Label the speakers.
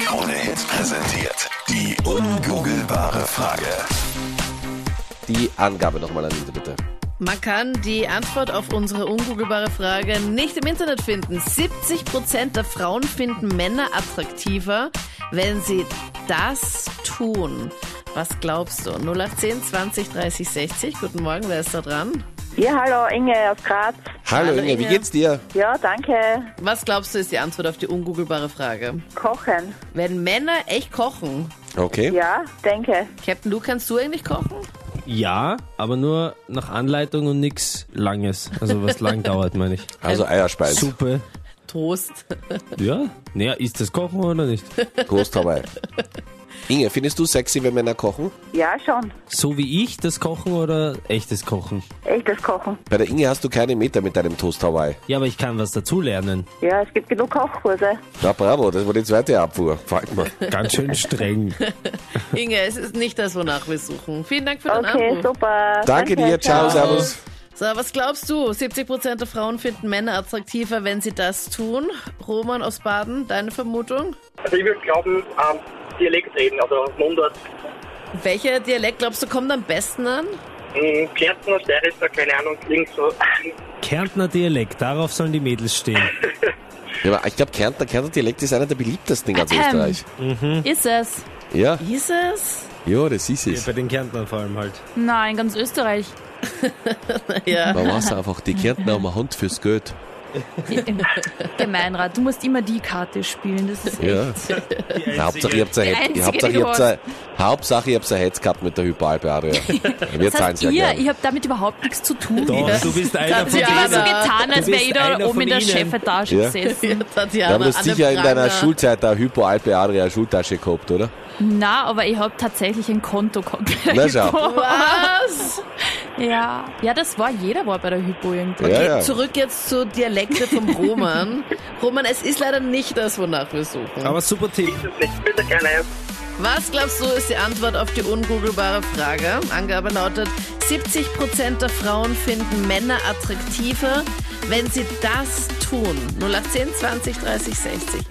Speaker 1: Krone Hits präsentiert die ungoogelbare Frage.
Speaker 2: Die Angabe nochmal an diese bitte.
Speaker 3: Man kann die Antwort auf unsere ungoogelbare Frage nicht im Internet finden. 70% der Frauen finden Männer attraktiver, wenn sie das tun. Was glaubst du? 0810 20 30 60. Guten Morgen, wer ist da dran?
Speaker 4: Ja, hallo, Inge aus Graz.
Speaker 2: Hallo,
Speaker 3: Hallo,
Speaker 2: Inge, wie
Speaker 3: Inge.
Speaker 2: geht's dir?
Speaker 4: Ja, danke.
Speaker 3: Was glaubst du ist die Antwort auf die ungoogelbare Frage?
Speaker 4: Kochen.
Speaker 3: Wenn Männer echt kochen.
Speaker 2: Okay.
Speaker 4: Ja, denke.
Speaker 3: Captain Lou, kannst du eigentlich kochen?
Speaker 5: Ja, aber nur nach Anleitung und nix Langes. Also was lang dauert, meine ich.
Speaker 2: Also Eierspeis.
Speaker 5: Suppe.
Speaker 3: Toast.
Speaker 5: Ja? Naja, ist das Kochen oder nicht?
Speaker 2: Prost dabei. Inge, findest du sexy, wenn Männer kochen?
Speaker 4: Ja, schon.
Speaker 5: So wie ich das Kochen oder echtes Kochen?
Speaker 4: Echtes Kochen.
Speaker 2: Bei der Inge hast du keine Meter mit deinem Toast Hawaii.
Speaker 5: Ja, aber ich kann was dazulernen.
Speaker 4: Ja, es gibt genug Kochkurse.
Speaker 2: Na bravo, das war die zweite Abfuhr. Frag mal.
Speaker 5: Ganz schön streng.
Speaker 3: Inge, es ist nicht das, wonach wir suchen. Vielen Dank für den
Speaker 4: Okay,
Speaker 3: Anruf.
Speaker 4: super.
Speaker 2: Danke dir, ciao, servus.
Speaker 3: So, was glaubst du? 70% der Frauen finden Männer attraktiver, wenn sie das tun. Roman aus Baden, deine Vermutung?
Speaker 6: Also ich würde glauben, ähm, Dialekt reden, also Mundart.
Speaker 3: Welcher Dialekt glaubst du kommt am besten an?
Speaker 6: Hm, Kärntner, Steirischer, keine Ahnung, klingt so.
Speaker 5: Kärntner Dialekt, darauf sollen die Mädels stehen.
Speaker 2: Ja, aber ich glaube, Kärntner, Kärntner Dialekt ist einer der beliebtesten in ganz
Speaker 3: Ahem.
Speaker 2: Österreich.
Speaker 3: Ist es?
Speaker 2: Ja,
Speaker 3: Ist es?
Speaker 2: ja, das ist
Speaker 5: Ja,
Speaker 2: es.
Speaker 5: bei den Kärntnern vor allem halt.
Speaker 7: Nein, ganz Österreich.
Speaker 3: Ja.
Speaker 2: Man weiß einfach, die Kärntner haben eine Hand fürs Geld.
Speaker 7: Gemeinrat, du musst immer die Karte spielen. Das ist
Speaker 2: Ja. Na, Hauptsache, ihr habt ein Head-
Speaker 7: Die
Speaker 2: Hauptsache,
Speaker 7: einzige,
Speaker 2: ihr
Speaker 7: die
Speaker 2: habt ein- Hauptsache, ihr habt ein Heads gehabt mit der Hyperalpearia. Wir
Speaker 7: das
Speaker 2: zahlen
Speaker 7: heißt,
Speaker 2: ja
Speaker 7: ihr,
Speaker 2: gern.
Speaker 7: ich habe damit überhaupt nichts zu tun.
Speaker 5: Doch,
Speaker 3: Ja.
Speaker 5: du bist einer von
Speaker 7: Ich
Speaker 3: Tatjana.
Speaker 7: war so
Speaker 5: denen.
Speaker 7: getan, als
Speaker 5: Du
Speaker 7: wäre
Speaker 5: bist
Speaker 7: ich da
Speaker 5: einer
Speaker 7: oben
Speaker 5: von
Speaker 7: in der
Speaker 5: ihnen.
Speaker 7: Chefetage
Speaker 2: Ja.
Speaker 3: ja
Speaker 7: gesessen.
Speaker 3: Tatjana,
Speaker 2: Wir haben das
Speaker 3: Anne
Speaker 2: sicher in deiner
Speaker 3: Brandner.
Speaker 2: Schulzeit der Hypoalpearia Schultasche gehabt, oder?
Speaker 7: Na, aber ich habe tatsächlich ein Konto komplett.
Speaker 2: Na, schau.
Speaker 3: Was?
Speaker 7: Ja. ja, das war jeder war bei der Hypo irgendwie.
Speaker 2: Ja,
Speaker 3: Okay,
Speaker 2: ja.
Speaker 3: zurück jetzt zu Dialekte vom Roman. Roman, es ist leider nicht das, wonach wir suchen.
Speaker 5: Aber super Tipp.
Speaker 6: Das ist nicht, bitte keine.
Speaker 3: Was glaubst du, ist die Antwort auf die ungoogelbare Frage? Angabe lautet, 70% der Frauen finden Männer attraktiver, wenn sie das tun. 0810 20 30 60.